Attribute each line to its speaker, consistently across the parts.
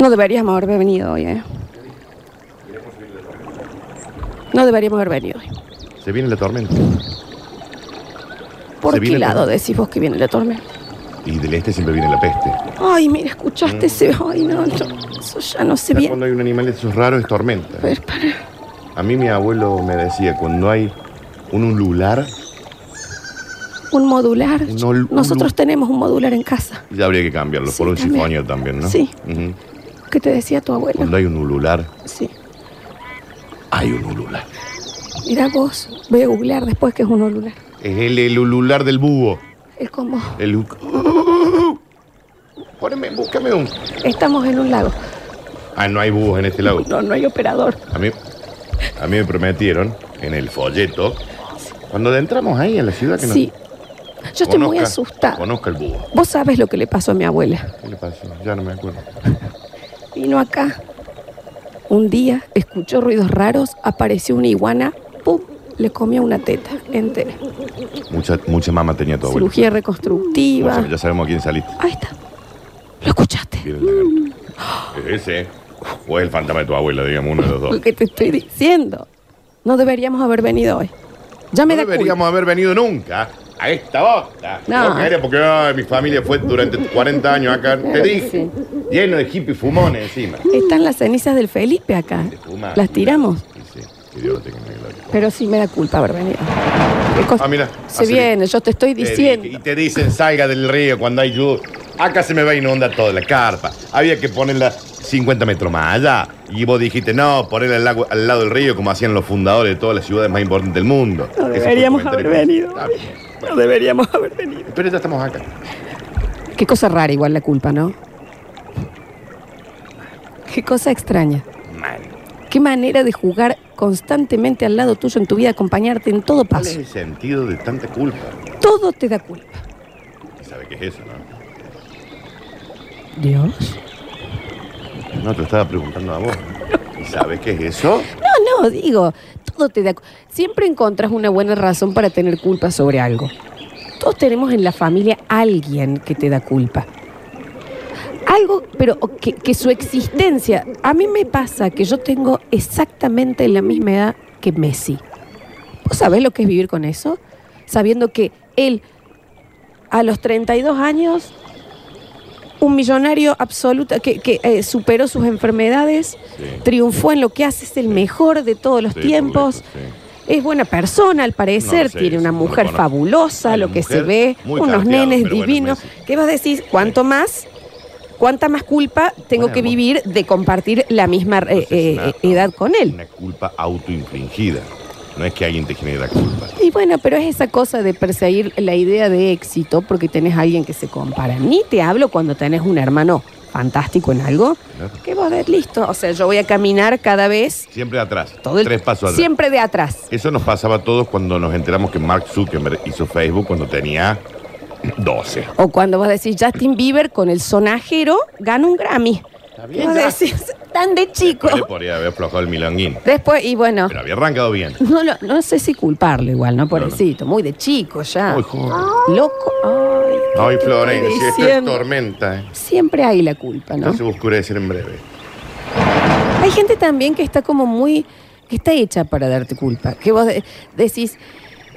Speaker 1: No deberíamos haber venido hoy, ¿eh? No deberíamos haber venido hoy.
Speaker 2: Se viene la tormenta.
Speaker 1: ¿Por
Speaker 2: Se
Speaker 1: qué
Speaker 2: viene la
Speaker 1: lado decís vos que viene la tormenta?
Speaker 2: Y del este siempre viene la peste.
Speaker 1: Ay, mira, escuchaste ese. Ay, no, no, eso ya no sé
Speaker 2: Mm. Ya
Speaker 1: bien.
Speaker 2: Cuando hay un animal de esos raros es tormenta.
Speaker 1: A ver, para.
Speaker 2: A mí mi abuelo me decía, cuando hay un ulular,
Speaker 1: Un modular.
Speaker 2: Un ol- un
Speaker 1: Nosotros
Speaker 2: lu-
Speaker 1: tenemos un modular en casa.
Speaker 2: ya habría que cambiarlo
Speaker 1: Sí,
Speaker 2: por un
Speaker 1: también.
Speaker 2: sifonio también, ¿no?
Speaker 1: Sí.
Speaker 2: Ujú.
Speaker 1: ¿Qué te decía tu abuelo?
Speaker 2: Cuando hay un ulular,
Speaker 1: Sí.
Speaker 2: hay un ulular.
Speaker 1: Mira vos, voy a googlear después que es un modular.
Speaker 2: Es el, el ulular del búho.
Speaker 1: Es como.
Speaker 2: El... u- Poneme, búscame un...
Speaker 1: Estamos en un lago.
Speaker 2: Ah, no hay búhos en este lago.
Speaker 1: No, no hay operador.
Speaker 2: A mí, a mí me prometieron en el folleto, cuando entramos ahí a la ciudad que nos-
Speaker 1: Sí. Yo estoy muy
Speaker 2: Conozca-
Speaker 1: asustada.
Speaker 2: Conozca el búho.
Speaker 1: Vos sabés lo que le pasó a mi abuela.
Speaker 2: ¿Qué le pasó? Ya no me acuerdo.
Speaker 1: Vino acá. Un día escuchó ruidos raros, apareció una iguana, ¡pum! Le comió una teta entera.
Speaker 2: Mucha, mucha mama tenía tu abuelo.
Speaker 1: Cirugía reconstructiva.
Speaker 2: Mucha- ya sabemos a quién saliste.
Speaker 1: Ahí está. ¿Lo escuchaste?
Speaker 2: Viene el
Speaker 1: Mm.
Speaker 2: lagarto. ¿Es ese? ¿O es el fantasma de tu abuela, digamos, uno de los dos?
Speaker 1: Lo que te estoy diciendo. No deberíamos haber venido hoy. Ya me
Speaker 2: No
Speaker 1: da culpa.
Speaker 2: deberíamos haber venido nunca a esta bosta.
Speaker 1: No.
Speaker 2: Vos querés, porque ay, mi familia fue durante 40 años acá.
Speaker 1: Claro
Speaker 2: te
Speaker 1: que
Speaker 2: dije.
Speaker 1: sí.
Speaker 2: Lleno de hippie fumones encima.
Speaker 1: Están las cenizas del Felipe acá.
Speaker 2: De fuma.
Speaker 1: Las tiramos.
Speaker 2: Y sí, que Dios lo tenga en la gloria.
Speaker 1: Pero sí me da culpa haber venido. Qué cosa-
Speaker 2: Ah, mira,
Speaker 1: Se
Speaker 2: hace-
Speaker 1: viene, yo te estoy
Speaker 2: Te
Speaker 1: diciendo.
Speaker 2: dije, Y te dicen, salga del río cuando hay lluvia. Acá se me va a inundar toda la carpa. Había que ponerla 50 metros más allá. Y vos dijiste, no, ponerla al, lago- al lado del río como hacían los fundadores de todas las ciudades más importantes del mundo. Ese
Speaker 1: No
Speaker 2: fue el
Speaker 1: deberíamos haber
Speaker 2: comentario que-
Speaker 1: venido.
Speaker 2: Está bien.
Speaker 1: No deberíamos haber venido.
Speaker 2: Pero ya estamos acá.
Speaker 1: Qué cosa rara igual la culpa, ¿no? Qué cosa extraña.
Speaker 2: Man,
Speaker 1: Qué manera de jugar constantemente al lado tuyo en tu vida, acompañarte en todo
Speaker 2: ¿cuál es
Speaker 1: paso.
Speaker 2: el sentido de tanta culpa?
Speaker 1: Todo te da culpa.
Speaker 2: ¿Y sabe qué es eso, no?
Speaker 1: Dios.
Speaker 2: No, te lo estaba preguntando a vos. ¿Y sabes qué es eso?
Speaker 1: No, no, digo, todo te da. cu- Siempre encontras una buena razón para tener culpa sobre algo. Todos tenemos en la familia alguien que te da culpa. Algo, pero que, que su existencia. A mí me pasa que yo tengo exactamente la misma edad que Messi. ¿Vos sabés lo que es vivir con eso? Sabiendo que él, a los 32 años, un millonario absoluto que, que, eh, superó sus enfermedades,
Speaker 2: Sí.
Speaker 1: triunfó en lo que hace, es el mejor de todos los
Speaker 2: Sí,
Speaker 1: tiempos. eh,
Speaker 2: por lejos,
Speaker 1: Es buena persona, al parecer,
Speaker 2: No sé,
Speaker 1: tiene una
Speaker 2: no lo
Speaker 1: mujer
Speaker 2: conozco.
Speaker 1: fabulosa,
Speaker 2: Una
Speaker 1: lo que se
Speaker 2: mujer
Speaker 1: ve,
Speaker 2: muy
Speaker 1: unos
Speaker 2: carteada,
Speaker 1: nenes
Speaker 2: pero bueno,
Speaker 1: divinos.
Speaker 2: Messi.
Speaker 1: ¿Qué vas a decir? ¿Cuánto más? ¿Cuánta más culpa tengo
Speaker 2: Bueno,
Speaker 1: que
Speaker 2: hermoso.
Speaker 1: vivir de compartir la misma
Speaker 2: sí.
Speaker 1: eh, eh,
Speaker 2: Entonces, una-
Speaker 1: edad con él?
Speaker 2: Una culpa autoinfligida. No es que alguien te genere la culpa.
Speaker 1: Y bueno, pero es esa cosa de perseguir la idea de éxito porque tenés a alguien que se compara. Ni te hablo cuando tenés un hermano fantástico en algo,
Speaker 2: Claro.
Speaker 1: que vos des listo. O sea, yo voy a caminar cada vez
Speaker 2: Siempre atrás.
Speaker 1: todo el
Speaker 2: Tres pasos atrás.
Speaker 1: Siempre de atrás.
Speaker 2: Eso nos pasaba a todos cuando nos enteramos que Mark Zuckerberg hizo Facebook cuando tenía 12.
Speaker 1: O cuando vos decís Justin Bieber con el sonajero gana un Grammy.
Speaker 2: Está
Speaker 1: ¿Qué vos decís? Tan de chico.
Speaker 2: Después le podría haber aflojado el milonguín.
Speaker 1: Después, y bueno,
Speaker 2: Pero había arrancado bien.
Speaker 1: no, lo- no sé si culparlo igual, ¿no?
Speaker 2: Claro.
Speaker 1: Pobrecito, muy de chico ya.
Speaker 2: Ay, joder.
Speaker 1: Loco. Ay, ¿qué
Speaker 2: Ay,
Speaker 1: te
Speaker 2: Florencia,
Speaker 1: estoy
Speaker 2: esto es
Speaker 1: diciendo?
Speaker 2: tormenta. ¿eh?
Speaker 1: Siempre hay la culpa, ¿no?
Speaker 2: Ya se va a oscurecer en breve.
Speaker 1: Hay gente también que está como muy. que está hecha para darte culpa. Que vos de- decís,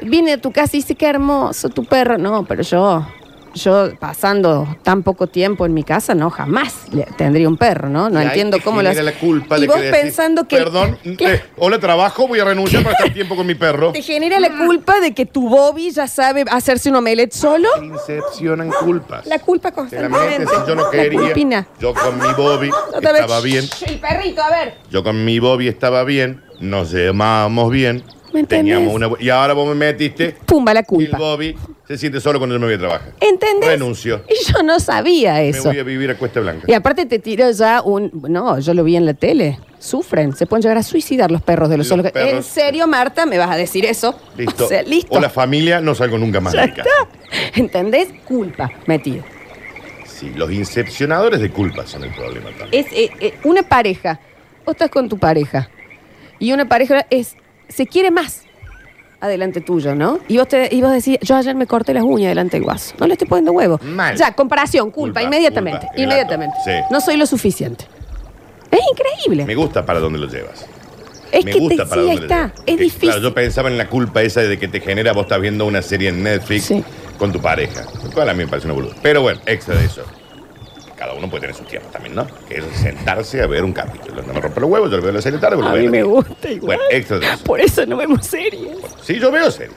Speaker 1: vine a tu casa y dice qué hermoso tu perro. No, pero yo. Yo pasando tan poco tiempo en mi casa, no, jamás le- tendría un perro, ¿no? No
Speaker 2: Y ahí
Speaker 1: entiendo
Speaker 2: te
Speaker 1: cómo lo
Speaker 2: genera
Speaker 1: hace.
Speaker 2: la culpa
Speaker 1: y
Speaker 2: de
Speaker 1: vos
Speaker 2: que decís,
Speaker 1: pensando que
Speaker 2: Perdón,
Speaker 1: Claro.
Speaker 2: eh, hola, trabajo, voy a renunciar para estar tiempo con mi perro.
Speaker 1: te genera la culpa de que tu Bobby ya sabe hacerse un omelette solo.
Speaker 2: Te Incepcionan culpas.
Speaker 1: La culpa
Speaker 2: Te la metes,
Speaker 1: constantemente.
Speaker 2: si yo no
Speaker 1: La
Speaker 2: quería.
Speaker 1: culpina.
Speaker 2: Yo con mi Bobby
Speaker 1: Otra vez,
Speaker 2: estaba bien.
Speaker 1: El perrito, a ver.
Speaker 2: Yo con mi Bobby estaba bien, nos llamábamos bien,
Speaker 1: ¿Me entendés?
Speaker 2: teníamos una bu- y ahora vos me metiste
Speaker 1: Pumba la
Speaker 2: y el
Speaker 1: culpa.
Speaker 2: Bobby se siente solo cuando yo me voy a trabajar.
Speaker 1: ¿Entendés?
Speaker 2: Renuncio.
Speaker 1: Y yo no sabía
Speaker 2: Me
Speaker 1: eso.
Speaker 2: voy a vivir a Cuesta Blanca.
Speaker 1: Y aparte te tiró ya un... No, yo lo vi en la tele. Sufren, se pueden llegar a suicidar los perros de los,
Speaker 2: Los
Speaker 1: solos.
Speaker 2: perros.
Speaker 1: ¿En serio, Marta, me vas a decir eso?
Speaker 2: Listo.
Speaker 1: O sea, listo.
Speaker 2: O la familia no salgo nunca más. de mi casa.
Speaker 1: ¿Entendés? Culpa metida.
Speaker 2: Sí, los incepcionadores de culpa son el problema también.
Speaker 1: Es eh, eh, una pareja. Vos estás con tu pareja. Y una pareja es... Se quiere más adelante tuyo, ¿no? Y vos, te, y vos decís, yo ayer me corté las uñas delante del guaso. No le estoy poniendo huevo.
Speaker 2: Mal.
Speaker 1: Ya, comparación, culpa,
Speaker 2: Culpa,
Speaker 1: inmediatamente.
Speaker 2: culpa, exacto.
Speaker 1: inmediatamente.
Speaker 2: Sí.
Speaker 1: No soy lo suficiente. Es increíble.
Speaker 2: Me gusta para dónde lo llevas.
Speaker 1: es
Speaker 2: me
Speaker 1: que
Speaker 2: gusta
Speaker 1: te,
Speaker 2: para
Speaker 1: sí, ahí
Speaker 2: dónde lo
Speaker 1: está.
Speaker 2: llevas.
Speaker 1: Es
Speaker 2: Porque,
Speaker 1: difícil.
Speaker 2: Claro, yo pensaba en la culpa esa de que te genera vos estás viendo una serie en Netflix
Speaker 1: Sí.
Speaker 2: con tu pareja. Lo cual a mí me parece una boluda. Pero bueno, extra de eso. Cada uno puede tener sus tiempos también, ¿no? Que es sentarse a ver un capítulo. No me rompe los huevos, yo lo veo en la serie tarde. pero
Speaker 1: a
Speaker 2: lo
Speaker 1: mí
Speaker 2: veo en la
Speaker 1: me
Speaker 2: tele.
Speaker 1: gusta igual.
Speaker 2: Bueno, extra de eso.
Speaker 1: Por eso no vemos series.
Speaker 2: Sí, yo veo serie.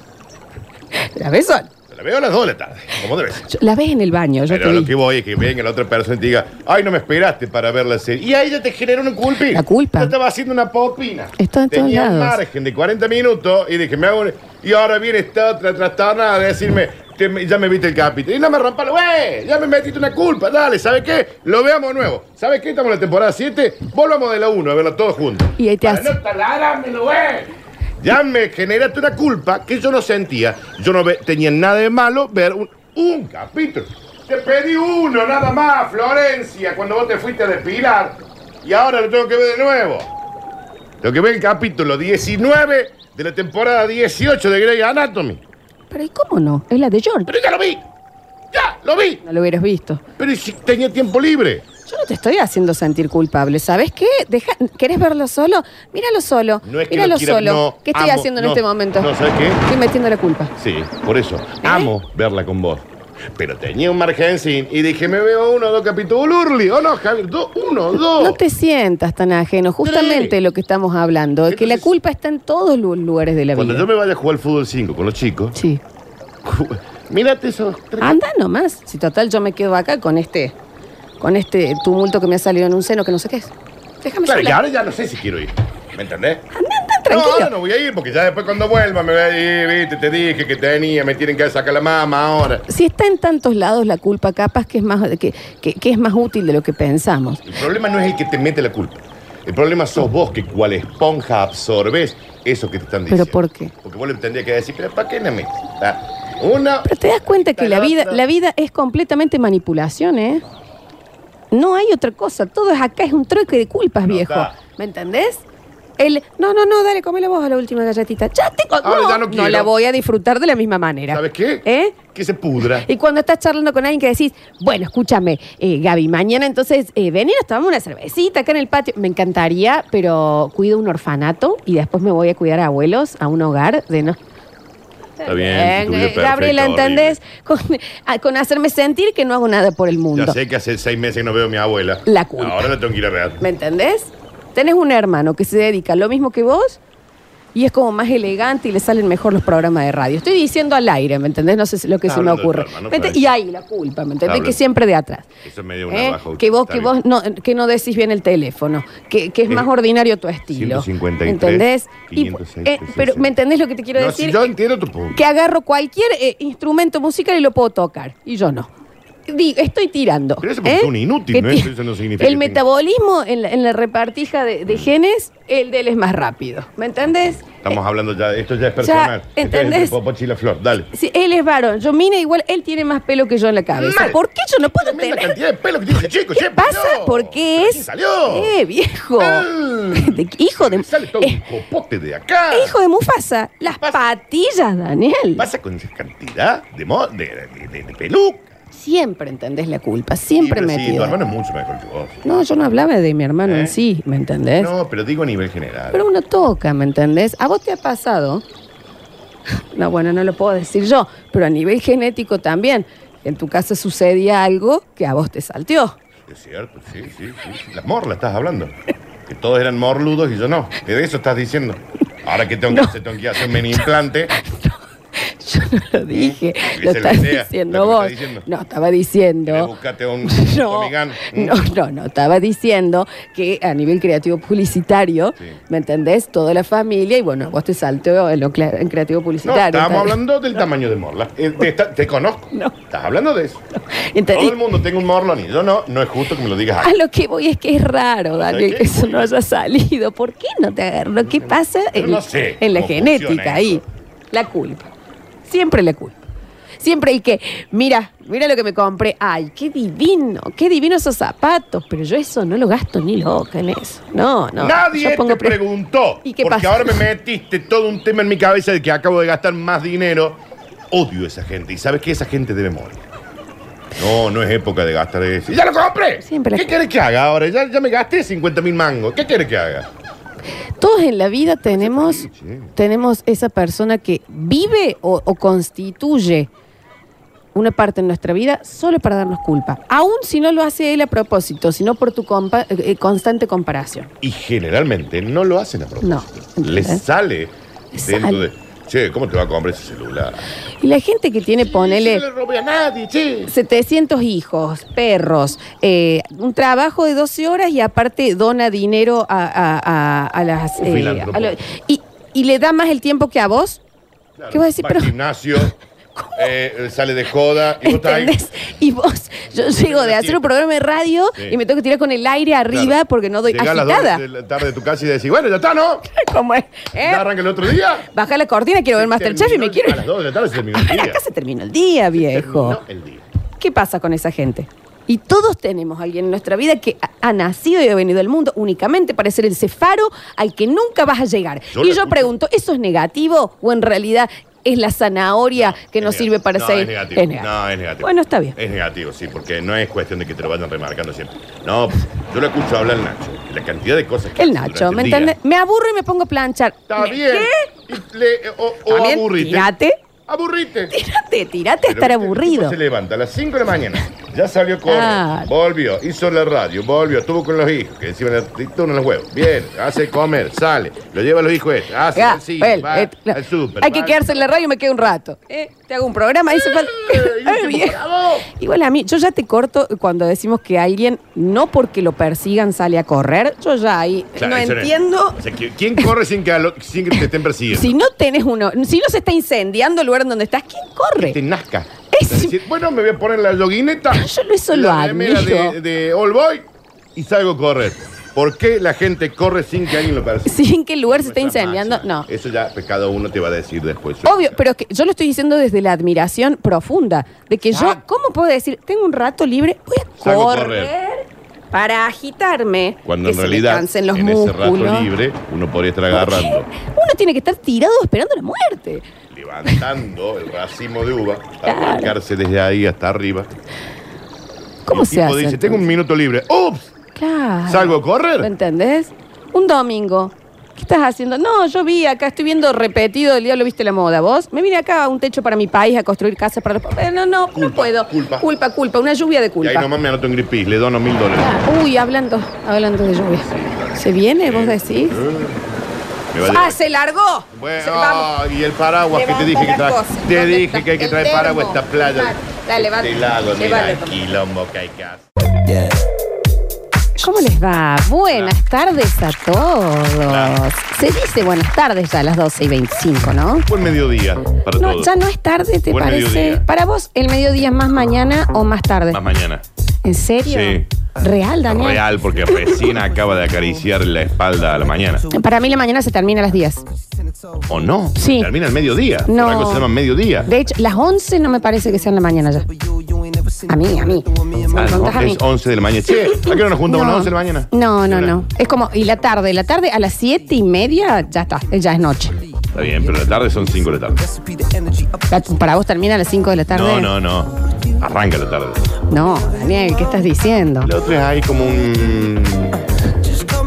Speaker 1: ¿La ves sola?
Speaker 2: La veo a las 2 de la tarde, como debe ser.
Speaker 1: Yo- La ves en el baño, yo
Speaker 2: Pero
Speaker 1: te
Speaker 2: lo
Speaker 1: vi.
Speaker 2: que voy es que venga la otra persona y te diga, ay, no me esperaste para ver la serie. Y ahí ya te genera una culpa.
Speaker 1: La culpa.
Speaker 2: Yo estaba haciendo una popina.
Speaker 1: Está en todos
Speaker 2: Tenía un
Speaker 1: lados.
Speaker 2: margen de 40 minutos y dije, me hago... un- Y ahora viene esta otra trastornada a decirme, "Te me- ya me viste el capítulo. Y no me rompa, güey, ya me metiste una culpa. Dale, ¿sabes qué? Lo veamos de nuevo. ¿Sabes qué? Estamos en la temporada 7, volvamos de la 1 a verla todos juntos.
Speaker 1: Y ahí te
Speaker 2: Para
Speaker 1: hace.
Speaker 2: no talarármelo, güey. Ya me generaste una culpa que yo no sentía. Yo no ve- tenía nada de malo ver un, un capítulo. Te pedí uno, nada más, Florencia, cuando vos te fuiste a despilar. Y ahora lo tengo que ver de nuevo. Tengo que ver el capítulo 19 de la temporada 18 de Grey Anatomy.
Speaker 1: Pero ¿y cómo no? Es la de George.
Speaker 2: Pero ya lo vi. Ya, lo vi.
Speaker 1: No lo hubieras visto.
Speaker 2: Pero ¿y si tenía tiempo libre.
Speaker 1: Yo no te estoy haciendo sentir culpable, ¿sabes qué? Deja, ¿Querés verlo solo? Míralo solo.
Speaker 2: No es que
Speaker 1: Míralo
Speaker 2: lo quiera-
Speaker 1: solo.
Speaker 2: no,
Speaker 1: ¿Qué estoy
Speaker 2: amo,
Speaker 1: haciendo en
Speaker 2: no,
Speaker 1: este momento?
Speaker 2: no, ¿sabes qué?
Speaker 1: Estoy metiendo la culpa.
Speaker 2: Sí, por eso.
Speaker 1: ¿Eh?
Speaker 2: Amo verla con vos. Pero tenía un margen sin y dije, me veo uno, dos capítulos. Urli, ¿o no, Javier? Dos, uno, dos.
Speaker 1: No te sientas tan ajeno. Justamente
Speaker 2: Tres.
Speaker 1: lo que estamos hablando es que la
Speaker 2: Entonces-
Speaker 1: culpa está en todos los lugares de la
Speaker 2: Cuando
Speaker 1: vida.
Speaker 2: yo me vaya a jugar al fútbol 5 con los chicos,
Speaker 1: Sí.
Speaker 2: mírate esos tres.
Speaker 1: Anda nomás. Si total yo me quedo acá con este, con este tumulto que me ha salido en un seno que no sé qué es. Déjame
Speaker 2: Claro, y
Speaker 1: sola.
Speaker 2: ahora ya no sé si quiero ir. ¿Me entendés? No,
Speaker 1: Tranquilo.
Speaker 2: ahora no voy a ir porque ya después cuando vuelva me voy a ir, viste, te dije que tenía, me tienen que sacar la mama ahora.
Speaker 1: Si está en tantos lados la culpa, capaz que es más que, que- que es más útil de lo que pensamos.
Speaker 2: El problema no es el que te mete la culpa. El problema sos vos que cual esponja absorbes eso que te están
Speaker 1: Pero
Speaker 2: diciendo.
Speaker 1: ¿por qué?
Speaker 2: Porque vos le tendrías que decir, pero ¿para qué no me? Ah, Una.
Speaker 1: Pero te das cuenta que la vida,
Speaker 2: otra.
Speaker 1: la vida es completamente manipulación, ¿eh? No hay otra cosa. Todo es acá es un trueque de culpas,
Speaker 2: No,
Speaker 1: viejo.
Speaker 2: está.
Speaker 1: ¿Me entendés? El, no, no, no, dale, comela vos a la última galletita. Ya te con-
Speaker 2: Ahora
Speaker 1: no,
Speaker 2: Ah, ya no quiero.
Speaker 1: la voy a disfrutar de la misma manera.
Speaker 2: ¿Sabes qué?
Speaker 1: ¿Eh?
Speaker 2: Que se pudra.
Speaker 1: Y cuando estás charlando con alguien que decís, bueno, escúchame, eh, Gaby, mañana entonces eh, ven y nos tomamos una cervecita acá en el patio. Me encantaría, pero cuido un orfanato y después me voy a cuidar a abuelos a un hogar de no.
Speaker 2: Está bien,
Speaker 1: Eh,
Speaker 2: tu vida es
Speaker 1: Gabriela,
Speaker 2: perfecta,
Speaker 1: ¿entendés? Con, a- con hacerme sentir que no hago nada por el mundo.
Speaker 2: Ya sé que hace seis meses que no veo a mi abuela.
Speaker 1: La culpa.
Speaker 2: Ahora la tengo que ir a ver.
Speaker 1: ¿Me entendés? Tenés un hermano que se dedica a lo mismo que vos y es como más elegante y le salen mejor los programas de radio. Estoy diciendo al aire, ¿me entendés? No sé si- lo que
Speaker 2: Está
Speaker 1: se me
Speaker 2: hablando de tu
Speaker 1: ocurre.
Speaker 2: hermano,
Speaker 1: ¿Me entendés?
Speaker 2: Florencia.
Speaker 1: Y ahí la culpa, ¿me entendés?
Speaker 2: Habla-
Speaker 1: Que siempre de atrás.
Speaker 2: Eso es medio una
Speaker 1: ¿Eh?
Speaker 2: baja
Speaker 1: Que vos,
Speaker 2: está
Speaker 1: que
Speaker 2: bien.
Speaker 1: vos no, que no decís bien el teléfono, que, que es
Speaker 2: Eh,
Speaker 1: más ordinario tu estilo.
Speaker 2: 153,
Speaker 1: ¿Entendés? Y,
Speaker 2: 506,
Speaker 1: eh, pero,
Speaker 2: 360.
Speaker 1: ¿me entendés lo que te quiero
Speaker 2: No,
Speaker 1: decir?
Speaker 2: si yo entiendo tu punto.
Speaker 1: que agarro cualquier eh, instrumento musical y lo puedo tocar. Y yo no. Digo, estoy tirando.
Speaker 2: Pero eso porque
Speaker 1: ¿eh?
Speaker 2: son inútil,
Speaker 1: Que
Speaker 2: ¿no?
Speaker 1: ti-
Speaker 2: Eso- eso no significa
Speaker 1: El
Speaker 2: que tenga- Mm.
Speaker 1: metabolismo en la, en la repartija de, de genes, el de él es más rápido. ¿Me entendés?
Speaker 2: Estamos hablando ya, esto ya es personal. Esto es
Speaker 1: eh, ¿entendés?
Speaker 2: entre Popochi y la flor, dale.
Speaker 1: Si él es varón, yo mina igual, él tiene más pelo que yo en la cabeza.
Speaker 2: Mal.
Speaker 1: ¿Por qué yo no puedo
Speaker 2: Tremenda
Speaker 1: tener?
Speaker 2: cantidad de pelo que tiene ese chico,
Speaker 1: ¿Qué
Speaker 2: che,
Speaker 1: pasa?
Speaker 2: no.
Speaker 1: ¿Por qué
Speaker 2: ¿Pero
Speaker 1: es?
Speaker 2: quién salió?
Speaker 1: ¡Eh, viejo!
Speaker 2: Eh,
Speaker 1: De- hijo de.
Speaker 2: me Sale todo
Speaker 1: eh,
Speaker 2: un copote de acá.
Speaker 1: hijo de Mufasa. Las
Speaker 2: Pasa.
Speaker 1: patillas, Daniel.
Speaker 2: Pasa con esa cantidad de, mo- de, de, de- de peluca.
Speaker 1: Siempre entendés la culpa, siempre
Speaker 2: pero Sí, tu
Speaker 1: metida.
Speaker 2: hermano es mucho mejor que vos.
Speaker 1: No, yo no hablaba de mi hermano
Speaker 2: ¿Eh?
Speaker 1: en sí, ¿me entendés?
Speaker 2: No, pero digo a nivel general.
Speaker 1: Pero uno toca, ¿me entendés? ¿A vos te ha pasado? No, bueno, no lo puedo decir yo, pero a nivel genético también. En tu casa sucedía algo que a vos te salteó.
Speaker 2: Es cierto, sí, sí, sí. sí. Las morlas estás hablando. Que todos eran morludos y yo no. De eso estás diciendo. Ahora que tengo que
Speaker 1: No.
Speaker 2: hacer, tengo que hacer un mini implante.
Speaker 1: Yo no lo
Speaker 2: Mm,
Speaker 1: dije,
Speaker 2: Esa
Speaker 1: lo
Speaker 2: es la
Speaker 1: estás
Speaker 2: idea,
Speaker 1: diciendo
Speaker 2: lo que me
Speaker 1: vos.
Speaker 2: estás diciendo.
Speaker 1: No, estaba
Speaker 2: Le
Speaker 1: diciendo.
Speaker 2: buscaste un
Speaker 1: No,
Speaker 2: tomigán. Mm.
Speaker 1: no, no, no, estaba diciendo que a nivel creativo publicitario,
Speaker 2: Sí.
Speaker 1: ¿me entendés? Toda la familia, y bueno, vos te salteó en lo cla- en creativo
Speaker 2: No,
Speaker 1: publicitario.
Speaker 2: estábamos
Speaker 1: tal.
Speaker 2: hablando del tamaño de morla. Eh, te, está- te conozco.
Speaker 1: No.
Speaker 2: Estás hablando de eso.
Speaker 1: Ente-
Speaker 2: Todo el mundo tiene un morlón y yo no. No es justo que me lo digas
Speaker 1: A
Speaker 2: aquí.
Speaker 1: lo que voy es que es raro, Daniel,
Speaker 2: qué?
Speaker 1: que eso no haya salido. ¿Por qué no te agarró? ¿Qué pasa
Speaker 2: Yo
Speaker 1: en,
Speaker 2: no sé
Speaker 1: en la
Speaker 2: cómo funciona
Speaker 1: genética
Speaker 2: eso.
Speaker 1: ahí? La culpa. Siempre la culpa. Siempre el que, mira, mira lo que me compré. Ay, qué divino, qué divino esos zapatos. Pero yo eso no lo gasto ni loca en eso. No, no.
Speaker 2: Nadie
Speaker 1: Yo pongo
Speaker 2: te
Speaker 1: pre-
Speaker 2: preguntó.
Speaker 1: ¿Y qué
Speaker 2: porque
Speaker 1: pasa?
Speaker 2: ahora me metiste todo un tema en mi cabeza de que acabo de gastar más dinero. Odio a esa gente. Y sabes que esa gente debe morir. No, no es época de gastar eso. ¡Ya lo compré!
Speaker 1: Siempre la-
Speaker 2: ¿Qué quieres que haga ahora? Ya, ya me gasté 50 mil mangos. ¿Qué quieres que haga?
Speaker 1: Todos en la vida tenemos,
Speaker 2: Sí.
Speaker 1: tenemos esa persona que vive o, o constituye una parte de nuestra vida solo para darnos culpa. Aún si no lo hace él a propósito, sino por tu compa- eh, constante comparación.
Speaker 2: Y generalmente no lo hacen a propósito.
Speaker 1: No.
Speaker 2: Les sale
Speaker 1: Les
Speaker 2: dentro
Speaker 1: sale.
Speaker 2: de. Che, ¿cómo te va a comprar ese celular?
Speaker 1: Y la gente que tiene, ponele...
Speaker 2: Sí, No le robé a nadie, che.
Speaker 1: 700 hijos, perros, eh, un trabajo de 12 horas y aparte dona dinero a, a- a- a las...
Speaker 2: Un
Speaker 1: eh,
Speaker 2: filántropo.
Speaker 1: a lo- y, y le da más el tiempo que a vos.
Speaker 2: Claro,
Speaker 1: ¿Qué vas a decir?
Speaker 2: Va
Speaker 1: Pero-
Speaker 2: al gimnasio, eh, sale de joda y vos estás ahí.
Speaker 1: ¿Entendés? Y vos, yo llego de hacer un programa de radio
Speaker 2: Sí.
Speaker 1: y me tengo que tirar con el aire arriba
Speaker 2: Claro.
Speaker 1: porque no doy
Speaker 2: Llegás a
Speaker 1: agitada.
Speaker 2: las 2 de la tarde de tu casa y decís, bueno, ya está, ¿no?
Speaker 1: ¿Cómo es? ¿Eh?
Speaker 2: Ya arranca el otro día.
Speaker 1: Baja la cortina, quiero ver Masterchef y me
Speaker 2: Terminó el-
Speaker 1: quiero...
Speaker 2: A las 2 de la tarde se terminó el
Speaker 1: Acá
Speaker 2: día.
Speaker 1: acá se terminó el día, viejo.
Speaker 2: Terminó el día.
Speaker 1: ¿Qué pasa con esa gente? Y todos tenemos a alguien en nuestra vida que ha- ha nacido y ha venido al mundo únicamente para ser el cefaro al que nunca vas a llegar.
Speaker 2: Yo
Speaker 1: y
Speaker 2: la
Speaker 1: yo
Speaker 2: escucho.
Speaker 1: pregunto, ¿eso es negativo o en realidad es la zanahoria que
Speaker 2: Es
Speaker 1: nos
Speaker 2: negativo.
Speaker 1: sirve para
Speaker 2: No,
Speaker 1: ser...
Speaker 2: Es negativo.
Speaker 1: es negativo.
Speaker 2: No, es negativo.
Speaker 1: Bueno, está bien.
Speaker 2: Es negativo, sí, porque no es cuestión de que te lo vayan remarcando siempre. No, pues, yo lo escucho hablar al Nacho. y La cantidad de cosas que
Speaker 1: El
Speaker 2: hace
Speaker 1: Nacho,
Speaker 2: durante
Speaker 1: ¿me
Speaker 2: el día.
Speaker 1: entiendes? Me aburro y me pongo a planchar.
Speaker 2: Está
Speaker 1: ¿Me-
Speaker 2: bien.
Speaker 1: ¿Qué?
Speaker 2: Y le- o o
Speaker 1: Está bien,
Speaker 2: aburrite.
Speaker 1: tirate.
Speaker 2: Aburrite.
Speaker 1: Tírate, tírate a
Speaker 2: Pero
Speaker 1: estar
Speaker 2: este tipo
Speaker 1: aburrido.
Speaker 2: Se levanta a las 5 de la mañana, ya salió a correr,
Speaker 1: Ah.
Speaker 2: volvió, hizo la radio, volvió, estuvo con los hijos, que encima le turnan los huevos. Bien, hace comer, sale, lo lleva a los hijos, este, hace
Speaker 1: Ya,
Speaker 2: el cine,
Speaker 1: Bel,
Speaker 2: va
Speaker 1: eh, la-
Speaker 2: al súper.
Speaker 1: hay que
Speaker 2: va-
Speaker 1: quedarse en la radio y me quedo un rato. Eh, Te hago un programa, dice falta.
Speaker 2: Eh,
Speaker 1: Ay,
Speaker 2: y
Speaker 1: viejo.
Speaker 2: dice, "Bravo".
Speaker 1: Igual a mí, yo ya te corto cuando decimos que alguien, no porque lo persigan, sale a correr. Yo ya ahí
Speaker 2: Claro,
Speaker 1: no
Speaker 2: eso
Speaker 1: entiendo.
Speaker 2: O sea, ¿qui- ¿quién corre sin que, a lo- sin que te estén persiguiendo?
Speaker 1: Si no tenés uno, si no se está incendiando el lugar en donde estás, ¿quién corre?
Speaker 2: Te nazca.
Speaker 1: Es-
Speaker 2: Es decir, bueno, me voy a poner la yoguineta.
Speaker 1: Yo no eso lo
Speaker 2: la remera
Speaker 1: admiro.
Speaker 2: de, de All Boy y salgo a correr. ¿Por qué la gente corre sin que alguien lo persiga?
Speaker 1: Si en qué lugar se está
Speaker 2: Nuestras
Speaker 1: incendiando, no.
Speaker 2: máximas. Eso ya pues, cada uno te va a decir después.
Speaker 1: Obvio, pero es que yo lo estoy diciendo desde la admiración profunda, de que yo,
Speaker 2: Exacto.
Speaker 1: ¿cómo puedo decir? Tengo un rato libre, voy a
Speaker 2: Salgo a
Speaker 1: correr, para agitarme.
Speaker 2: Cuando
Speaker 1: que
Speaker 2: en
Speaker 1: se
Speaker 2: realidad,
Speaker 1: descansen los
Speaker 2: en ese
Speaker 1: músculos.
Speaker 2: rato libre, uno podría estar
Speaker 1: ¿Por qué?
Speaker 2: agarrando,
Speaker 1: Uno tiene que estar tirado esperando la muerte.
Speaker 2: levantando el racimo de uva,
Speaker 1: Claro.
Speaker 2: arrancarse desde ahí hasta arriba.
Speaker 1: ¿Cómo
Speaker 2: Y el
Speaker 1: se
Speaker 2: tipo
Speaker 1: hace?
Speaker 2: dice,
Speaker 1: entonces? Ah,
Speaker 2: tengo un minuto libre. ¡Ups!
Speaker 1: Claro.
Speaker 2: ¿Salgo a
Speaker 1: ¿Me
Speaker 2: correr?
Speaker 1: entendés? Un domingo. ¿Qué estás haciendo? No, yo vi acá, estoy viendo repetido el día lo viste la moda. ¿Vos? Me vine acá a un techo para mi país, a construir casas para los pobres. No, no, no
Speaker 2: Culpa,
Speaker 1: puedo.
Speaker 2: culpa.
Speaker 1: culpa, culpa, una lluvia de
Speaker 2: Y
Speaker 1: culpa.
Speaker 2: ahí nomás me anoto un gripis, le dono mil dólares.
Speaker 1: Ah, Uy, hablando, hablando de lluvia. ¿Se viene, vos decís?
Speaker 2: Me va a
Speaker 1: ¡Ah,
Speaker 2: llevar.
Speaker 1: se largó!
Speaker 2: Bueno,
Speaker 1: Se- vamos.
Speaker 2: ah, y el paraguas que te
Speaker 1: Levanta
Speaker 2: dije que
Speaker 1: las
Speaker 2: trae.
Speaker 1: cosas.
Speaker 2: Te
Speaker 1: ¿Dónde
Speaker 2: dije que hay que
Speaker 1: está?
Speaker 2: traer
Speaker 1: El
Speaker 2: paraguas
Speaker 1: termo.
Speaker 2: esta playa.
Speaker 1: Dale, levanta.
Speaker 2: Este lago, mira,
Speaker 1: Levanta.
Speaker 2: el quilombo que hay que hacer.
Speaker 1: ¿Cómo les va? Buenas tardes a todos.
Speaker 2: Claro.
Speaker 1: Se dice buenas tardes ya a las 12 y 25, ¿no?
Speaker 2: Buen mediodía para
Speaker 1: No,
Speaker 2: todos.
Speaker 1: ya no es tarde, ¿te
Speaker 2: Buen
Speaker 1: parece?
Speaker 2: mediodía.
Speaker 1: Para vos, ¿el mediodía es más mañana o más tarde?
Speaker 2: Más mañana.
Speaker 1: ¿En serio?
Speaker 2: Sí.
Speaker 1: ¿Real, Daniel?
Speaker 2: Real, porque recién acaba de acariciar la espalda a la mañana.
Speaker 1: Para mí la mañana se termina a las 10.
Speaker 2: ¿O no?
Speaker 1: Sí.
Speaker 2: Termina el mediodía.
Speaker 1: No.
Speaker 2: Por algo se llama mediodía.
Speaker 1: De hecho, las 11 no me parece que sean la mañana ya.
Speaker 3: A mí, a mí.
Speaker 2: Ah,
Speaker 1: me
Speaker 2: no,
Speaker 1: contás a mí.
Speaker 2: es 11 de la mañana. Che, ¿a qué hora nos juntamos? ¿A las 11 de la mañana?
Speaker 1: No, no,
Speaker 2: Una.
Speaker 1: no. Es como, y la tarde, la tarde a las 7 y media ya está, eh, ya es noche.
Speaker 2: Está bien, pero la tarde son 5 de la tarde.
Speaker 1: La- Para vos termina a las 5 de la tarde.
Speaker 2: No, no, no. Arranca la tarde.
Speaker 1: No, Daniel, ¿qué estás diciendo?
Speaker 2: La otra es ahí como un.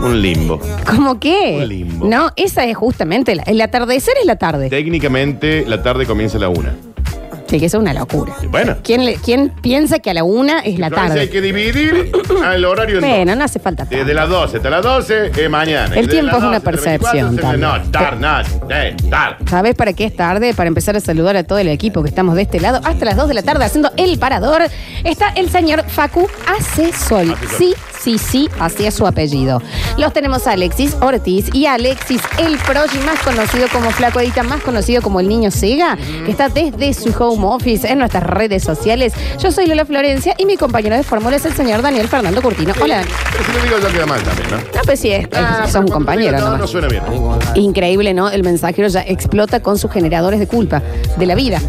Speaker 2: un limbo.
Speaker 1: ¿Cómo qué?
Speaker 2: Un limbo.
Speaker 1: No, esa es justamente. La, el atardecer es la tarde.
Speaker 2: Técnicamente, la tarde comienza a la 1.
Speaker 1: Sí, que eso es una locura.
Speaker 2: Bueno.
Speaker 1: ¿Quién, le- quién piensa que a la una es la
Speaker 2: Entonces Hay
Speaker 1: tarde?
Speaker 2: que dividir al horario en dos.
Speaker 1: Bueno, no hace falta. tanto.
Speaker 2: Desde Eh, las 12 hasta las 12 es mañana.
Speaker 1: El
Speaker 2: Desde
Speaker 1: tiempo
Speaker 2: las
Speaker 1: es una
Speaker 2: 12 hasta las
Speaker 1: percepción
Speaker 2: 24,
Speaker 1: también.
Speaker 2: No, tar, no, eh, tar.
Speaker 1: ¿Sabes para qué es tarde? Para empezar a saludar a todo el equipo que estamos de este lado hasta las 2 de la tarde haciendo el parador. Está el señor Facu Hace Sol.
Speaker 2: Acesol.
Speaker 1: Sí, sí, sí, así es su apellido. Los tenemos a Alexis Ortiz y Alexis el Progi, más conocido como Flaco Edita, más conocido como el Niño Sega, que está desde su home office en nuestras redes sociales. Yo soy Lola Florencia y mi compañero de fórmula es el señor Daniel Fernando Curtino. Hola, Dani.
Speaker 2: Pero si lo digo yo queda mal también, ¿no?
Speaker 1: No, pues sí, es, son
Speaker 2: Ah, pero cuando digo
Speaker 1: compañeros
Speaker 2: todo
Speaker 1: nomás.
Speaker 2: No suena bien.
Speaker 1: Increíble, ¿no? El mensajero ya explota con sus generadores de culpa de la vida.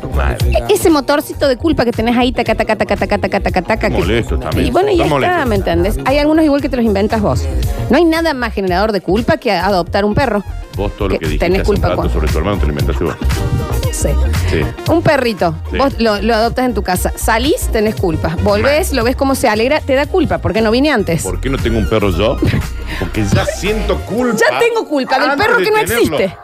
Speaker 1: E- Ese motorcito de culpa que tenés ahí, taca, taca, taca, taca, taca, taca, taca. que-
Speaker 2: Molestos también.
Speaker 1: Y bueno, ya está,
Speaker 2: Son molestos.
Speaker 1: ¿me entendés? Hay algunos igual que te los inventas vos. No hay nada más generador de culpa que adoptar un perro.
Speaker 2: Vos todo lo
Speaker 1: Que
Speaker 2: que dijiste
Speaker 1: tenés
Speaker 2: hace un
Speaker 1: culpa
Speaker 2: rato
Speaker 1: cuando-
Speaker 2: sobre tu hermano te lo inventaste vos.
Speaker 1: No sé.
Speaker 2: Sí.
Speaker 1: Un perrito,
Speaker 2: Sí.
Speaker 1: vos lo, lo adoptas en tu casa, salís, tenés culpa, volvés, lo ves cómo se alegra, te da culpa, porque no vine antes.
Speaker 2: ¿Por qué no tengo un perro yo? Porque ya siento culpa.
Speaker 1: Ya tengo culpa del
Speaker 2: antes
Speaker 1: perro
Speaker 2: Ah, de
Speaker 1: que no
Speaker 2: tenerlo.
Speaker 1: existe.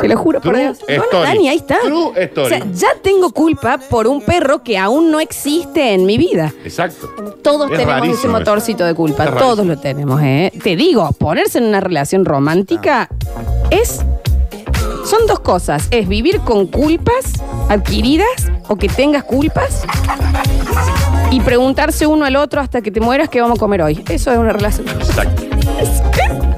Speaker 1: Te lo juro por
Speaker 2: True
Speaker 1: Dios. No, no,
Speaker 2: story.
Speaker 1: Dani, ahí está.
Speaker 2: True story.
Speaker 1: O sea, ya tengo culpa por un perro que aún no existe en mi vida.
Speaker 2: Exacto.
Speaker 1: Todos
Speaker 2: Es
Speaker 1: tenemos ese
Speaker 2: rarísimo
Speaker 1: motorcito de culpa,
Speaker 2: Es
Speaker 1: todos lo tenemos, ¿eh? Te digo, ponerse en una relación romántica es. Son dos cosas: es vivir con culpas adquiridas o que tengas culpas y preguntarse uno al otro hasta que te mueras qué vamos a comer hoy. Eso es una relación.
Speaker 2: Exacto.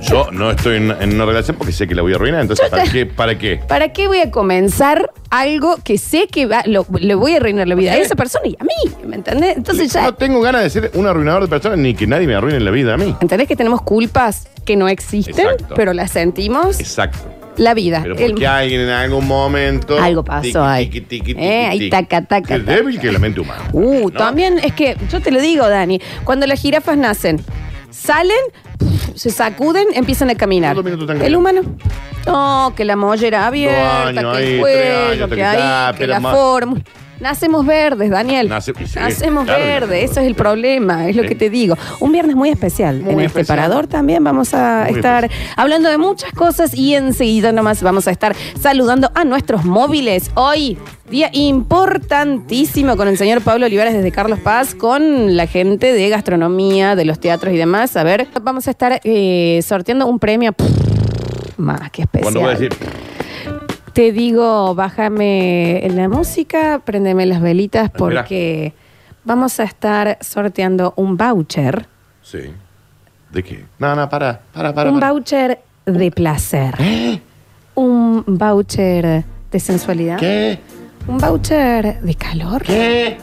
Speaker 2: Yo no estoy en, en una relación porque sé que la voy a arruinar, entonces ¿para qué? ¿Para qué?
Speaker 1: ¿Para qué voy a comenzar algo que sé que va- lo- le voy a arruinar la vida a esa persona y a mí? ¿Me entendés? Entonces ya.
Speaker 2: No tengo ganas de ser un arruinador de personas ni que nadie me arruine la vida a mí.
Speaker 1: ¿Entendés que tenemos culpas que no existen,
Speaker 2: Exacto.
Speaker 1: pero las sentimos?
Speaker 2: Exacto.
Speaker 1: La vida.
Speaker 2: Pero
Speaker 1: Ah, el-
Speaker 2: porque alguien en algún momento.
Speaker 1: Algo pasó ahí. Eh, ahí taca, taca,
Speaker 2: Qué
Speaker 1: taca.
Speaker 2: débil que es la mente humana.
Speaker 1: Uh,
Speaker 2: ¿no?
Speaker 1: también es que, yo te lo digo, Dani, cuando las jirafas nacen, salen, pf, se sacuden, empiezan a caminar.
Speaker 2: Dos minutos están
Speaker 1: El
Speaker 2: caminando.
Speaker 1: humano. No, que la mollera abierta,
Speaker 2: Dos años
Speaker 1: que
Speaker 2: ahí,
Speaker 1: el
Speaker 2: tres
Speaker 1: cuello,
Speaker 2: años,
Speaker 1: que
Speaker 2: que
Speaker 1: ahí,
Speaker 2: está,
Speaker 1: que
Speaker 2: pero
Speaker 1: la
Speaker 2: más-
Speaker 1: fórmula. Nacemos verdes, Daniel.
Speaker 2: Nace- sí,
Speaker 1: Nacemos
Speaker 2: claro.
Speaker 1: verdes, eso es el problema, es lo
Speaker 2: Sí.
Speaker 1: que te digo. Un viernes muy especial.
Speaker 2: Muy
Speaker 1: en este el
Speaker 2: especial.
Speaker 1: separador también vamos a
Speaker 2: Muy pues.
Speaker 1: estar hablando de muchas cosas y enseguida nomás vamos a estar saludando a nuestros móviles. Hoy, día importantísimo con el señor Pablo Olivares desde Carlos Paz, con la gente de gastronomía, de los teatros y demás. A ver, vamos a estar eh, sorteando un premio pff, más que especial.
Speaker 2: Cuando voy a decir,
Speaker 1: Te digo, bájame la música, préndeme las velitas
Speaker 2: Espera.
Speaker 1: porque vamos a estar sorteando un voucher.
Speaker 2: sí. ¿De qué? No, no, para, para, para.
Speaker 1: un
Speaker 2: para.
Speaker 1: voucher de placer.
Speaker 2: ¿Eh?
Speaker 1: Un voucher de sensualidad.
Speaker 2: ¿Qué?
Speaker 1: Un voucher de calor.
Speaker 2: ¿Qué?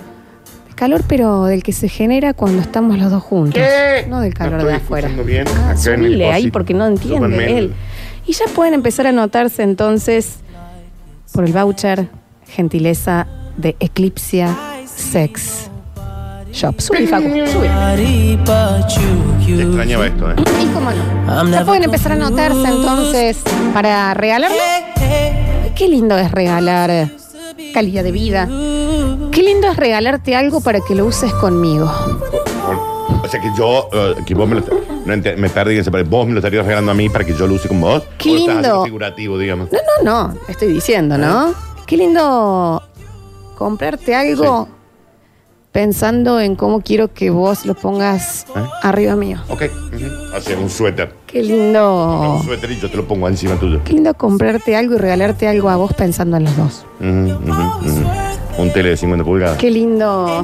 Speaker 1: De calor, pero del que se genera cuando estamos los dos juntos.
Speaker 2: ¿Qué?
Speaker 1: No del calor
Speaker 2: No estoy
Speaker 1: de afuera.
Speaker 2: escuchando bien
Speaker 1: Ah,
Speaker 2: acá en el
Speaker 1: subile ahí
Speaker 2: cosito.
Speaker 1: porque no entiende
Speaker 2: Súbanme el-
Speaker 1: él. Y ya pueden empezar a anotarse entonces por el voucher gentileza de Eclipsia Sex Shop. Subí, Facu, subí.
Speaker 2: Te extrañaba esto, ¿eh?
Speaker 1: Y cómo no. Ya pueden empezar a anotarse entonces para regalarlo. Qué lindo es regalar calidad de vida. Qué lindo es regalarte algo para que lo uses conmigo.
Speaker 2: Por- O sea que yo, eh, que vos me lo. No ente- me perdí en ese- pero vos me lo estarías regalando a mí para que yo lo use con vos.
Speaker 1: Qué
Speaker 2: ¿O lo estás
Speaker 1: lindo.
Speaker 2: haciendo figurativo, digamos.
Speaker 1: No, no, no, estoy diciendo, ¿no? Qué lindo comprarte algo pensando en cómo quiero que vos lo pongas
Speaker 2: ¿Eh?
Speaker 1: arriba mío.
Speaker 2: Ok. ujú. O sea, un suéter.
Speaker 1: Qué
Speaker 2: Un
Speaker 1: lindo.
Speaker 2: suéter y yo te lo pongo encima tuyo.
Speaker 1: Qué lindo comprarte algo y regalarte algo a vos pensando en los dos.
Speaker 2: Ujú, ujú, ujú. Un tele de 50 pulgadas.
Speaker 1: Qué lindo.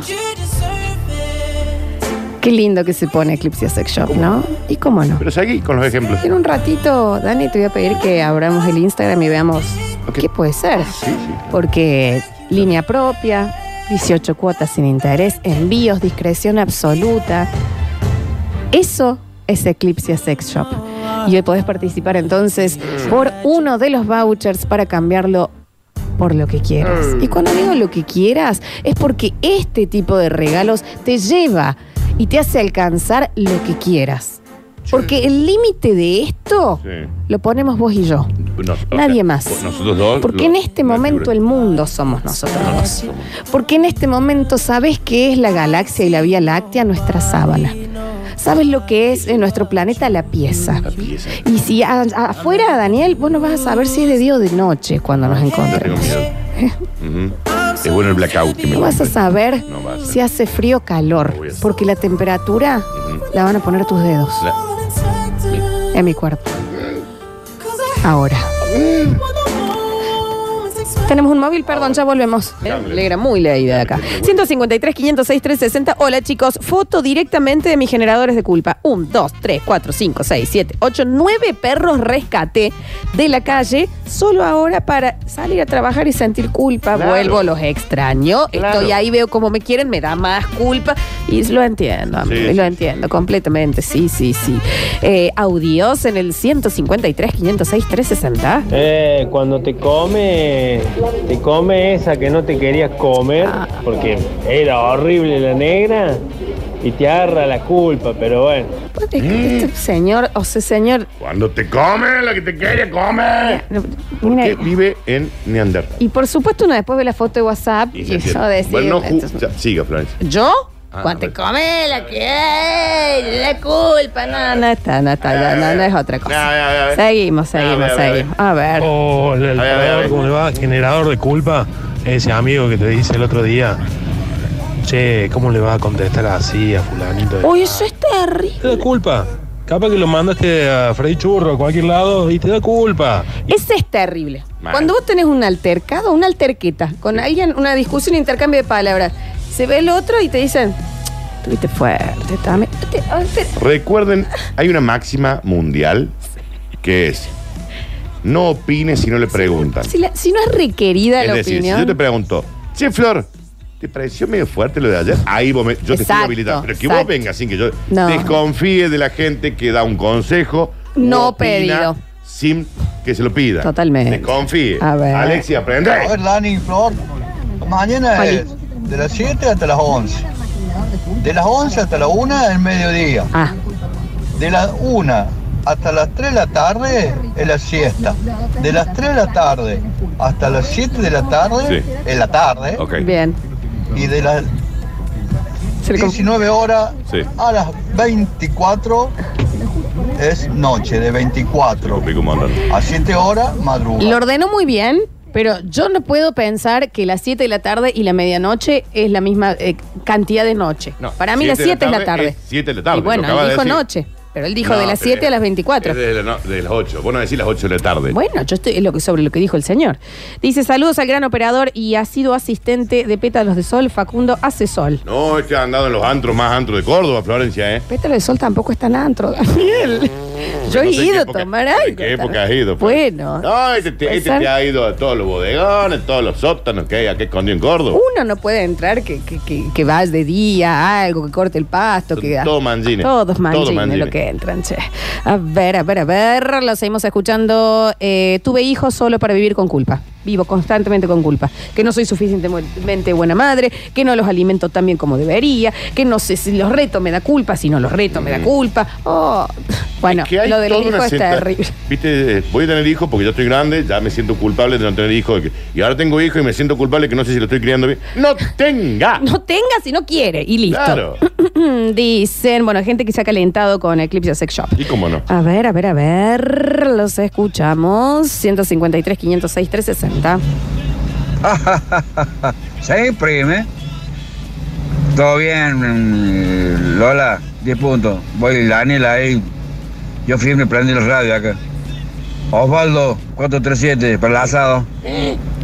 Speaker 1: Qué lindo que se pone Eclipse Sex Shop, ¿no? Y cómo no.
Speaker 2: Pero seguí con los ejemplos.
Speaker 1: En un ratito, Dani, te voy a pedir que abramos el Instagram y veamos
Speaker 2: Ok.
Speaker 1: qué puede ser.
Speaker 2: Sí, sí.
Speaker 1: Porque línea propia, 18 cuotas sin interés, envíos, discreción absoluta. Eso es Eclipse Sex Shop. Y hoy podés participar entonces por uno de los vouchers para cambiarlo por lo que quieras. Y cuando digo lo que quieras, es porque este tipo de regalos te lleva y te hace alcanzar lo que quieras. Porque el límite de esto
Speaker 2: Sí.
Speaker 1: lo ponemos vos y yo.
Speaker 2: Nos- o
Speaker 1: Nadie
Speaker 2: sea,
Speaker 1: más.
Speaker 2: vos- Nosotros dos.
Speaker 1: Porque
Speaker 2: lo-
Speaker 1: en este
Speaker 2: la
Speaker 1: momento
Speaker 2: figura.
Speaker 1: el mundo somos nosotros dos. Porque en este momento sabes qué es la galaxia y la Vía Láctea, nuestra sábana. Sabes lo que es en nuestro planeta la pieza.
Speaker 2: La pieza.
Speaker 1: Y si a- a- afuera, Daniel, vos no vas a saber si es de día o de noche cuando nos
Speaker 2: Yo tengo
Speaker 1: encontremos.
Speaker 2: miedo. Ujú. Es bueno el blackout que me
Speaker 1: No vas a
Speaker 2: compré.
Speaker 1: saber
Speaker 2: No vas a-
Speaker 1: si hace frío o calor,
Speaker 2: No voy a saber.
Speaker 1: porque la temperatura la van a poner tus dedos
Speaker 2: La-
Speaker 1: en mi cuerpo. Ahora. Tenemos un móvil, perdón, ya volvemos.
Speaker 2: Dale.
Speaker 1: Legra muy leída de acá. 153, 506, 360. Hola chicos, foto directamente de mis generadores de culpa. 1, 2, 3, 4, 5, 6, 7, 8, 9 perros rescaté de la calle solo ahora para salir a trabajar y sentir culpa.
Speaker 2: Claro.
Speaker 1: Vuelvo, los extraño.
Speaker 2: Claro.
Speaker 1: Estoy ahí, veo cómo me quieren, me da más culpa. Y lo entiendo,
Speaker 2: Sí,
Speaker 1: amigo,
Speaker 2: sí,
Speaker 1: lo
Speaker 2: sí.
Speaker 1: entiendo completamente. Sí, sí, sí. Eh, audios en el 153, 506, 360.
Speaker 4: Eh, cuando te come, te come esa que no te querías comer, porque era horrible la negra, y te agarra la culpa, pero bueno.
Speaker 1: Aparte, Este señor, o sea, señor.
Speaker 2: Cuando te come la que te quiere comer.
Speaker 1: no, mira,
Speaker 2: Porque vive en Neandertal.
Speaker 1: y por supuesto, uno después ve la foto de WhatsApp y,
Speaker 2: se
Speaker 1: eso
Speaker 2: entiende.
Speaker 1: decir.
Speaker 2: Bueno, no ju-
Speaker 1: esto-
Speaker 2: ya, siga, Florencia.
Speaker 1: ¿Yo?
Speaker 2: Ah,
Speaker 1: Cuando
Speaker 2: a
Speaker 1: te
Speaker 2: ver.
Speaker 1: come la que la culpa. No, no está, no está, no, no, no es otra
Speaker 2: No, no,
Speaker 1: cosa.
Speaker 2: no.
Speaker 1: Seguimos,
Speaker 2: No,
Speaker 1: seguimos,
Speaker 2: no, no.
Speaker 1: seguimos. A ver.
Speaker 5: Hola, el
Speaker 2: A ver, a ver, a ver.
Speaker 5: parador, ¿cómo le va? Generador de culpa. Ese amigo que te dice el otro día, che, ¿cómo le vas a contestar así a fulanito? de
Speaker 1: Uy,
Speaker 5: tal?"
Speaker 1: eso es terrible.
Speaker 5: Te da culpa. Capaz que lo mandaste a Freddy Churro a cualquier lado y te da culpa.
Speaker 1: Ese es terrible.
Speaker 2: Mal.
Speaker 1: Cuando vos tenés un altercado, una alterqueta, con alguien, una discusión, intercambio de palabras, se ve el otro y te dicen, tuviste fuerte también. Te- ah, te-
Speaker 2: Recuerden, hay una máxima mundial que es: no opines si no le preguntan.
Speaker 1: Si, la- si no es requerida
Speaker 2: Es
Speaker 1: la
Speaker 2: decir,
Speaker 1: opinión.
Speaker 2: si yo te pregunto, che, Flor, ¿te pareció medio fuerte lo de ayer? Ahí vos me- yo te estoy
Speaker 1: Exacto,
Speaker 2: habilitando. Pero que vos
Speaker 1: exacto.
Speaker 2: vengas sin que yo
Speaker 1: No.
Speaker 2: desconfíe de la gente que da un consejo.
Speaker 1: No
Speaker 2: u opina
Speaker 1: pedido.
Speaker 2: Sin que se lo pida.
Speaker 1: Totalmente.
Speaker 2: Desconfíe.
Speaker 1: A ver.
Speaker 2: Alexia, aprende.
Speaker 6: A ver, Dani, Flor, mañana
Speaker 1: Oli.
Speaker 6: es de las 7 hasta las 11. De las 11 hasta la 1 el mediodía.
Speaker 1: Ah,
Speaker 6: De las 1 hasta las 3 de la tarde es la siesta. De las 3 de la tarde hasta las 7 de la tarde
Speaker 2: Sí.
Speaker 6: es la tarde.
Speaker 2: Ok.
Speaker 1: bien.
Speaker 6: Y de las
Speaker 1: Se le com-
Speaker 6: 19 horas
Speaker 2: Sí.
Speaker 6: a las 24 es noche, de 24.
Speaker 2: Complica un montón.
Speaker 6: A 7 horas madrugada.
Speaker 1: Lo ordenó muy bien, pero yo no puedo pensar que las 7 de la tarde y la medianoche es la misma eh, cantidad de noche.
Speaker 2: No,
Speaker 1: Para mí las 7
Speaker 2: siete de
Speaker 1: es
Speaker 2: la
Speaker 1: la tarde.
Speaker 2: tarde es siete de la tarde,
Speaker 1: Y bueno,
Speaker 2: lo acaba
Speaker 1: él
Speaker 2: de
Speaker 1: dijo
Speaker 2: decir.
Speaker 1: noche, pero él dijo
Speaker 2: No,
Speaker 1: de las
Speaker 2: eh,
Speaker 1: 7 a las 24.
Speaker 2: es de, la no- de las 8. Vos no decís las 8 de la tarde.
Speaker 1: Bueno, yo estoy lo que- sobre lo que dijo el señor. Dice, saludos al gran operador y ha sido asistente de Pétalos de Sol, Facundo Hace Sol.
Speaker 2: No, es que han andado en los antros más antros de Córdoba, Florencia, ¿eh?
Speaker 1: Pétalos de Sol tampoco es tan antro, Daniel. Yo he
Speaker 2: No sé en qué
Speaker 1: ido a
Speaker 2: época-
Speaker 1: tomar
Speaker 2: ¿en
Speaker 1: algo.
Speaker 2: qué época has
Speaker 1: también.
Speaker 2: ido? pues?
Speaker 1: Bueno,
Speaker 2: No, este, te-
Speaker 1: puede
Speaker 2: este
Speaker 1: ser.
Speaker 2: te ha ido a todos los bodegones, todos los sótanos que hay aquí escondido en Córdoba.
Speaker 1: uno no puede entrar que, que, que- que vas de día, algo, que corte el pasto,
Speaker 2: Son
Speaker 1: que...
Speaker 2: todos manjines.
Speaker 1: Todos manjines,
Speaker 2: Todos manjines.
Speaker 1: lo que entran, che. A ver, a ver, a ver, lo seguimos escuchando. Eh, Tuve hijos solo para vivir con culpa. Vivo constantemente con culpa. Que no soy suficientemente buena madre, que no los alimento tan bien como debería, que no sé si los reto me da culpa, si no los reto me da culpa. Oh, bueno,
Speaker 2: Mm. Es que hay
Speaker 1: lo del
Speaker 2: toda
Speaker 1: hijo
Speaker 2: una
Speaker 1: es
Speaker 2: senta-
Speaker 1: terrible.
Speaker 2: Viste, eh, voy a tener hijos porque yo estoy grande, ya me siento culpable de no tener hijos. Y ahora tengo hijos y me siento culpable que no sé si lo estoy criando bien. ¡No tenga!
Speaker 1: No tenga si no quiere, y listo.
Speaker 2: Claro.
Speaker 1: Dicen, bueno, gente que se ha calentado con Eclipse Sex Shop.
Speaker 2: ¿Y cómo no?
Speaker 1: A ver, a ver, a ver, los escuchamos. 153, 506, 360.
Speaker 7: Se imprime. Todo bien, mm, Lola, 10 puntos. Voy Daniel ahí. Yo firme prendí la radio acá. Osvaldo, 437, para el asado.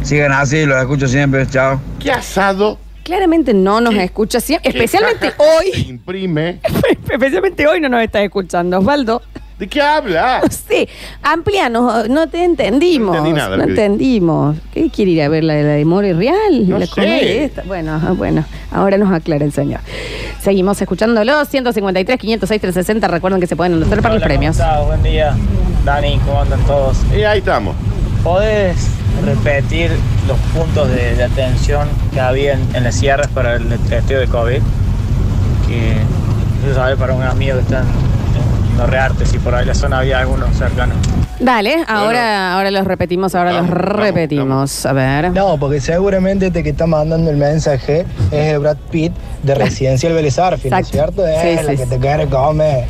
Speaker 7: Sigan así, los escucho siempre, chao.
Speaker 2: ¿Qué asado?
Speaker 1: Claramente no nos
Speaker 2: ¿Qué?
Speaker 1: escucha siempre,
Speaker 2: ¿Qué
Speaker 1: especialmente
Speaker 2: caja Se
Speaker 1: hoy.
Speaker 2: imprime.
Speaker 1: Especialmente hoy no nos está escuchando, Osvaldo.
Speaker 2: ¿De qué habla?
Speaker 1: Sí, amplianos, no te entendimos.
Speaker 2: No entendí nada de
Speaker 1: No
Speaker 2: lo que dijo.
Speaker 1: entendimos. ¿Qué quiere ir a ver la, la de More Real?
Speaker 2: No
Speaker 1: la
Speaker 2: sé.
Speaker 1: comedia esta? Bueno, ah, bueno, ahora nos aclara el señor. Seguimos escuchándolo. 153, 506, 360. Recuerden que se pueden anotar para los
Speaker 4: Hola,
Speaker 1: premios.
Speaker 4: ¿cómo estás? Buen día. Dani, ¿cómo andan todos?
Speaker 2: Y Eh, ahí estamos.
Speaker 4: ¿Podés repetir los puntos de, de atención que había en, en las sierras para el testeo de COVID? Que yo sabía para un amigo que está en, en Norreartes y por ahí la zona había algunos cercanos.
Speaker 1: Dale, ahora, ahora los repetimos, ahora
Speaker 2: Vamos,
Speaker 1: los
Speaker 2: vamos,
Speaker 1: repetimos. A ver.
Speaker 8: No, porque seguramente este que está mandando el mensaje es el Brad Pitt de Residencial Vélez Arfield, ¿no es
Speaker 1: Exacto.
Speaker 8: cierto? Es
Speaker 1: Sí,
Speaker 8: la
Speaker 1: sí,
Speaker 8: que
Speaker 1: sí.
Speaker 8: te quiere comer. Eh.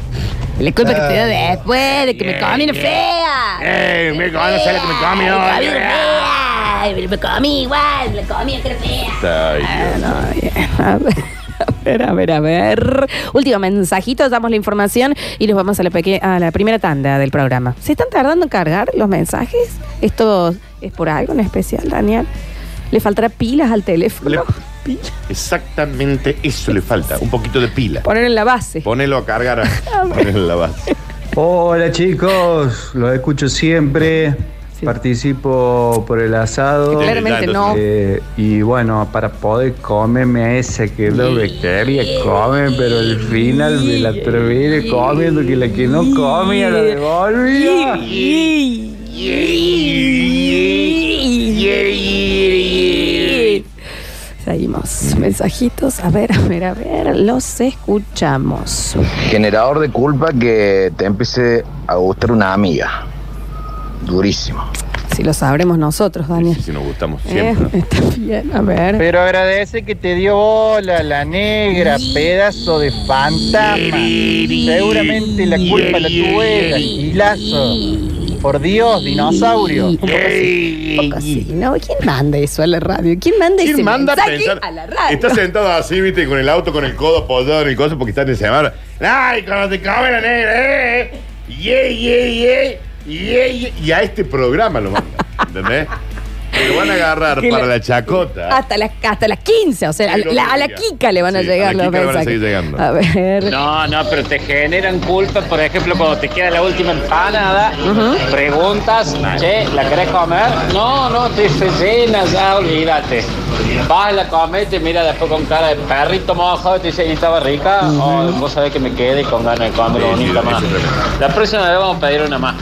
Speaker 1: Le cuento que te doy
Speaker 8: Ay,
Speaker 1: después de que me comí una fea.
Speaker 2: ¡Ey! ¡Me conoce la que me comí
Speaker 1: Ay,
Speaker 2: hoy!
Speaker 1: me comí una fea. Ay, Me comí igual, me comí otra fea.
Speaker 2: Ay, Dios.
Speaker 1: No, bien. A ver, a ver, a ver, a ver. Último mensajito, damos la información y los vamos a la, peque- a la primera tanda del programa. ¿Se están tardando en cargar los mensajes? ¿Esto es por algo en especial, Daniel? ¿Le faltará pilas al
Speaker 2: Le-
Speaker 1: teléfono? Pilas.
Speaker 2: Exactamente eso le falta. Un poquito de pila.
Speaker 1: Poner en la base.
Speaker 2: Ponelo a cargar. Ponelo en la base.
Speaker 9: Hola chicos, los escucho siempre, participo por el asado
Speaker 1: Claramente no.
Speaker 9: eh, y bueno, para poder comerme esa que lo que quería comer, pero al final me la terminé comiendo que la que no comía la devolvía.
Speaker 1: Seguimos. Mensajitos. A ver, a ver, a ver. Los escuchamos.
Speaker 10: Generador de culpa que Eh, te empiece a gustar una amiga. Durísimo.
Speaker 1: Si lo sabremos nosotros, Daniel.
Speaker 2: Si nos gustamos
Speaker 1: Eh,
Speaker 2: siempre.
Speaker 1: está bien, a ver.
Speaker 11: Pero agradece que te dio bola la negra, pedazo de fantasma. Seguramente la culpa la tuvo ella, gilazo. Por Dios, dinosaurio.
Speaker 1: Un poco así, un poco así. No, ¿Quién manda eso a la radio? ¿Quién manda ese
Speaker 2: ¿Quién manda a
Speaker 1: mensaje
Speaker 2: pensar?
Speaker 1: a la radio?
Speaker 2: Está sentado así, viste, con el auto, con el codo apoyado en el coso porque está en el semáforo. ¡Ay, cuando te come la negra! ¡Eh! ¡Ye, ye, ye! ye, ye! Y a este programa lo mandan, ¿entendés? Que lo van a agarrar
Speaker 1: Que
Speaker 2: para
Speaker 1: la- Ah.
Speaker 2: la chacota.
Speaker 1: Hasta las, hasta las 15, o sea, a
Speaker 2: Sí, Ah. lo
Speaker 1: la, a la
Speaker 2: diría.
Speaker 1: Kika le van a
Speaker 2: Sí,
Speaker 1: llegar
Speaker 2: a la
Speaker 1: los
Speaker 2: Kika le van a
Speaker 1: mensajes.
Speaker 2: seguir llegando.
Speaker 1: A ver.
Speaker 12: No, no, pero te generan culpa, por ejemplo, cuando te queda la última empanada, preguntas, che, ¿la querés comer? No, no, te se llena ya, olvídate. Vas, la comes, te mira después con cara de perrito mojado y te dice, ¿y estaba rica? O vos sabés que me quedé con ganas de comer
Speaker 2: Sí, sí,
Speaker 12: bonita
Speaker 2: eso
Speaker 12: más.
Speaker 2: es tremendo.
Speaker 12: La próxima vez vamos a pedir una más.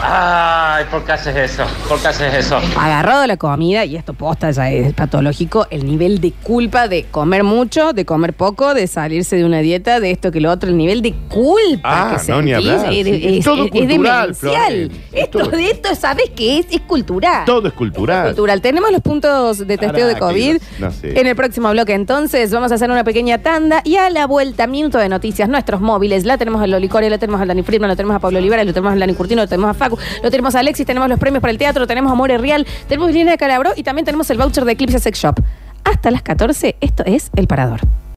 Speaker 12: Ay, ¿por qué haces eso? ¿Por qué haces eso?
Speaker 1: Agarrado la comida, y esto posta ya es patológico, el nivel de culpa de comer mucho, de comer poco, de salirse de una dieta, de esto que lo otro, el nivel de culpa
Speaker 2: Ah,
Speaker 1: que
Speaker 2: no, ni
Speaker 1: sentís es,
Speaker 2: hablar. Sí, es
Speaker 1: es-
Speaker 2: todo
Speaker 1: es
Speaker 2: cultural,
Speaker 1: demencial.
Speaker 2: Florencia. Es
Speaker 1: Esto,
Speaker 2: todo.
Speaker 1: de esto, ¿sabes qué es? Es cultural.
Speaker 2: Todo es cultural.
Speaker 1: cultural. Tenemos los puntos de testeo de
Speaker 2: Caraca,
Speaker 1: COVID
Speaker 2: no sé.
Speaker 1: en el próximo bloque. Entonces, vamos a hacer una pequeña tanda y a la vuelta, minuto de noticias, nuestros móviles. La tenemos a Loli Coria, la tenemos a Dani Friedman, la tenemos a Pablo Olivares, lo tenemos a Lani Curtino, lo tenemos a Facu, lo tenemos a Alexis, tenemos los premios para el teatro, tenemos a More Real, tenemos Lina de Calabro y también tenemos el voucher de Eclipse Sex Shop. Hasta las 14, esto es El Parador.